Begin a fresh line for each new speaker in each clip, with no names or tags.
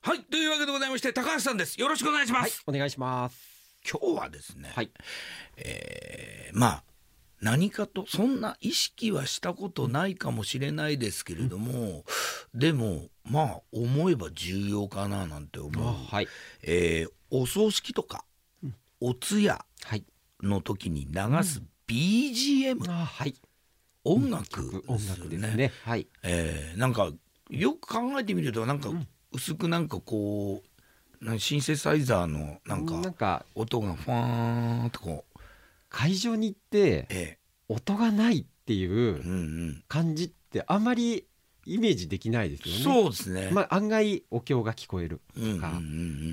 はいというわけでございまして高橋さんですよろしくお願いしま
はい
す、
お願いします
今日はですね、
はい
えーまあ何かとそんな意識はしたことないかもしれないですけれども、でもまあ思えば重要かななんて思う、
はい
えーお葬式とか、お通夜
はい
の時に流す BGM、
あはい
音楽
音
ですよ
楽ですねはい
えーなんかよく考えてみるとなんか薄くなんかこうなんシンセサイザーのなん
な
か
んか
音がファーンとこう
会場に行って
え
音がないってい
え
う
うんうん
感じってあんまりイメージできないですよね
そうですね、
まあ案外お経が聞こえる
うんうんうんう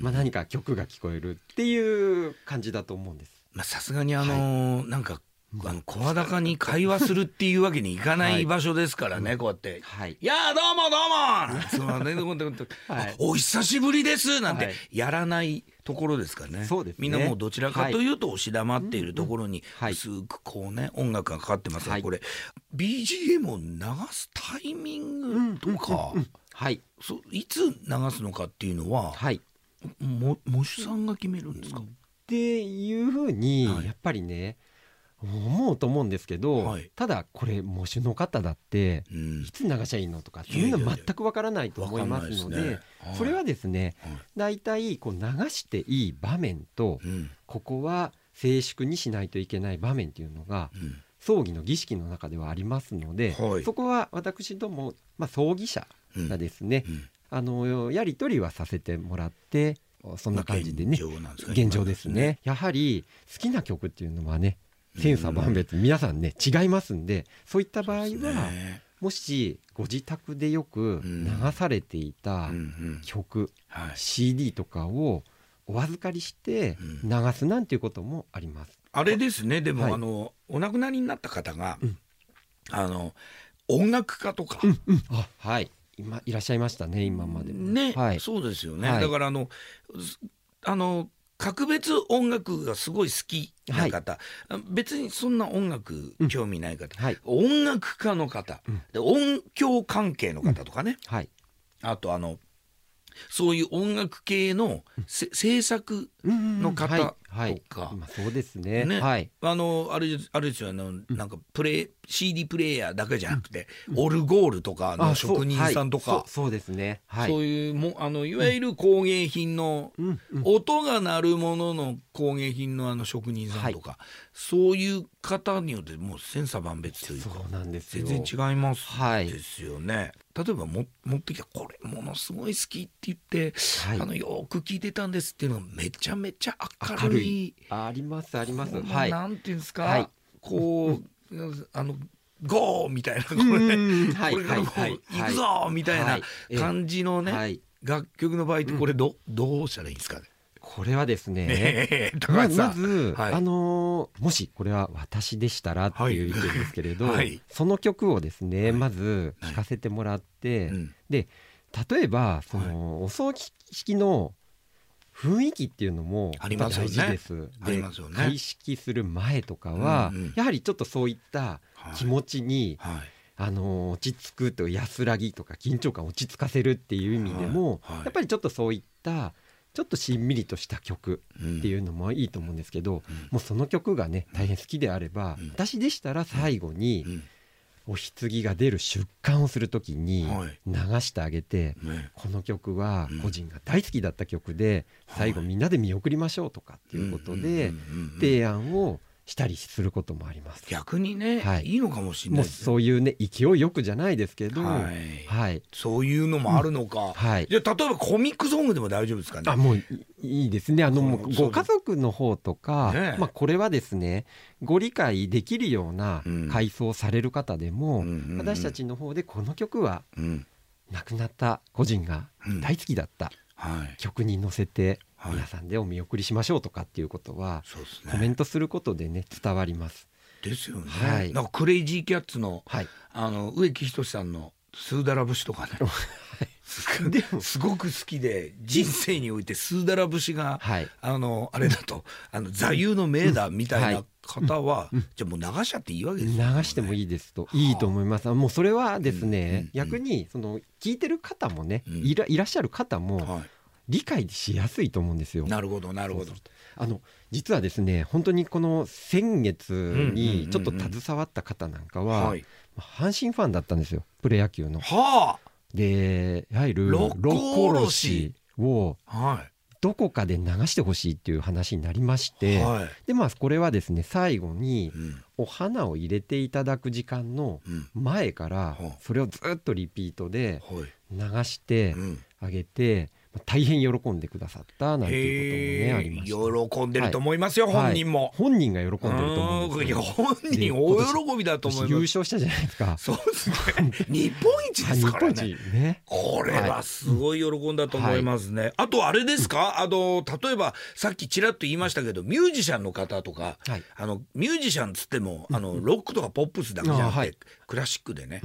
ん
まあ何か曲が聞こえるっていう感じだと思うんです
まあさすがにあのーなんかあの声高に会話するっていうわけにいかな
はいい
場所ですからね、こうやって
はい
「いやーどうもどうも! なんて」そのねどこどこどこ
はい
お久しぶりです」なん
は
て
い
やらないところですからね,、
そうですね
みんなもうどちらかというと押し黙っているところに
はい
薄くこうね音楽がかかってますが、
はい
これ BGM を流すタイミングとか、
はい
そういつ流すのかっていうのは、
はい
も喪主さんが決めるんですか、
っていうふうに
はい
やっぱりね思うと思うんですけど、
はい
ただこれ喪主の方だって
うん
いつ流しゃいいのとかそういうの
いやいや
はい
や
全くわからないと思いますのでそれはですね、
はい
大体こう流していい場面と
うん
ここは静粛にしないといけない場面っていうのが
うん
葬儀の儀式の中ではありますので、
はい
そこは私ども、まあ、葬儀者
うん
がですね、
うん
あのやり取りはさせてもらってそんな感じでね
現状なんですか
現状ですねやはり好きな曲っていうのはね千差万別皆さんね違いますんでそういった場合は、
今のはね
もしご自宅でよく流されていた
うんうん
曲、
はい
CD とかをお預かりして
う
流すなんていうこともあります。
あれですねでも、
はい
あのお亡くなりになった方が、
うん
あの音楽家とか、
あはい今いらっしゃいましたね今までも
ね、
はい
そうですよね、
はい
だからあのすあの格別音楽がすごい好きな方、別にそんな音楽興味ない方、
はい
音楽家の方、
うん
で音響関係の方とかね、
はい
あとあのそういう音楽系のせ制作の
の
方
はいはい
とか
今そうですね
ね
はい
あのあれですあれですよあの、なんかプレイ CD プレイヤーだけじゃなくて、オルゴールとかの
そう
職人さんとか、
はいそうそうですねはい
そういうもあのいわゆる工芸品の、
うんうん
音が鳴るものの工芸品のあの職人さんとか、そういう方によってもう千差万別というか
そうなんです
全
よ
然違います、
はい
ですよね例えばも持ってきたこれものすごい好きって言って、
はい
あのよく聞いてたんですっていうのがめちゃめちゃ明る
明る
い
いありますあります
この
はい
なんていうんですか、
はい
こう、 あのゴーみたいなこれ、
うんはい
これからこう、
はいいはい
くぞーみたい
は
ない
ええ
感じのね、
はい
楽曲の場合ってこれど,、どうしたらいいんですかね
これはですね
ねえ
ま
高
あ
橋さん、
まず、
はい
あのーもしこれは私でしたらっていう意見ですけれ ど、
はいはい
その曲をですね、
はい
まず
はい
聴かせてもらって、
うん
例えばその、お葬式の雰囲気っていうのも
ありますよね
大事です。
あり
で
ますよね
開式する前とかは、
うんうん
やはりちょっとそういった気持ちに、
はい、
あのー落ち着くと安らぎとか緊張感を落ち着かせるっていう意味でも、
はいはい
やっぱりちょっとそういったちょっとしんみりとした曲っていうのもいいと思うんですけど、
うん
もうその曲がね大変好きであれば、
うん
私でしたら最後
う
に
ん
お棺が出る出棺をする時に
はい
流してあげて、
ね
この曲は
うん
個人が大好きだった曲で、
はい
最後みんなで見送りましょうとかっていうことで
うんうんうんうん
提案をしたりすることもあります。
逆にね、、
はいい
いのかもしれない
も
うですね
そういうね勢いよくじゃないですけど、
は
はいい、はい、
そういうのもあるのか、じゃあ例えばコミックソングでも大丈夫ですかね
あもういいいですねあのも
そう
う
そう
ご家族の方とか、
ねえ
まあ、これはですねご理解できるような
うん
回想される方でも、
うんうんうん
私たちの方でこの曲は
うん
亡くなった個人が
うん
大好きだった
はい
曲に乗せて
はい
皆さんでお見送りしましょうとかっていうことは
そうです
コメ
ね
ントすることでね伝わります。
ですよね、
はい
なんかクレイジーキャッツの
はい、
あの植木仁さんの「スーダラ節」と かねす
でも
すごく好きで人生においてスーダラ節が
はい
あのあれだとあの座右の銘だみたい
は
ない方は、じゃあもう流しちゃっていいわけで
流
すよね
してもいいですと
あ
いいと思います。あもうそれはで
う
す
んうんうん
ね、逆にその聞いてる方もね、
うん
いらいらっしゃる方も、
は
理解しやすいと思うんですよ。
なるほどなるほど
そうあの実はですね本当にこの先月
うんうんうんう
に
ん
ちょっと携わった方なんかは、
はい
阪神ファンだったんですよプロ野球の。
は
でやはり
六
六
甲
甲お
おろ
ろ
し
しを
あは
どこかで流してほしいっていう話になりまし
い
て、
はい
でまあこれはですね最後に
うん
お花を入れていただく時間の
うん
前から
はあ
それをずっとリピートで
はい
流して
うん
あげてまあ大変喜んでくださったなんていうこともねありました。
えー喜んでると思いますよ、
はい
本人も。
本人が喜んでると思う
う
んで
ん
す
いや
よ。
本人大喜びだと思い
優
ます。
勝したじゃないで すか。
そうですね。日本一
あ
で
日
すから
本
ね。
一ね。
これはすごい喜んだと思いますね。あとあれですか、あの例えばさっきちらっと言いましたけど、ミュージシャンの方とか、
はい。
あのミュージシャンつってもあのロックとかポップスだけじゃなくて、
あはい
クラシックでね、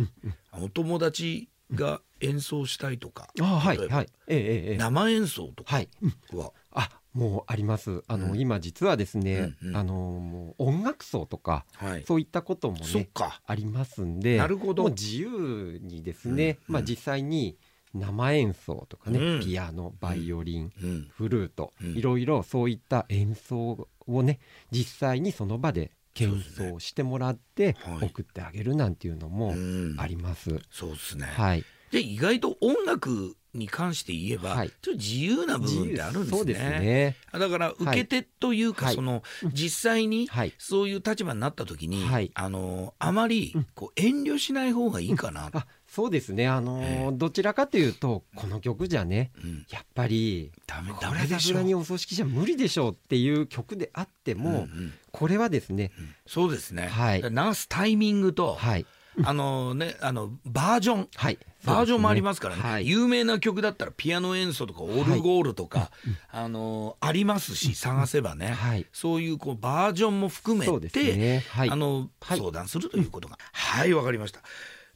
お友達が演奏したいとか、
あはい
例えば
はい。ええええええ。
生演奏とか
はい。うん
は、
あもうあります。あの、
うん
今実はですね、
うんうん
あのもう音楽層とか
はい、
そういったことも
そっ
ね
か、
ありますんで、
なるほど
もう自由にですね、
うん
ま
う
あ
ん
実際に生演奏とかね、
うん
ピアノ、バイオリン、
うん、
フルート、
うん
いろいろそういった演奏をね実際にその場で検
そうです
奏してもらって
はい
送ってあげるなんていうのも
うん
あります。
そうですね。
はい、
で意外と音楽に関して言えば、
はい
ちょっと自由な部分ってあるんですね。
そうですね。
あだから受け手というか、
はい
その
うん
実際に
はい。
そういう立場になった時に、
はい
あのあまり
うん
こう遠慮しない方がいいかな、
あ、そうですね。あのーどちらかというとこの曲じゃね、
うん、
やっぱり
ダメ
こ
ダ
れ
メ
さ
ですしょ
がにお葬式じゃ無理でしょうっていう曲であっても、
んん
これはですね、
うんそうですね、
はい
流すタイミングと、
はい
あのねあのバージョン
はい、
バージョンもありますからね
はい
有名な曲だったらピアノ演奏とかオルゴールとか、あのありますし探せばね、
はい、
そういうこうバージョンも含め
そうです
て、
ね。はい
あ。の
はい
相談するということがはいわ、かりました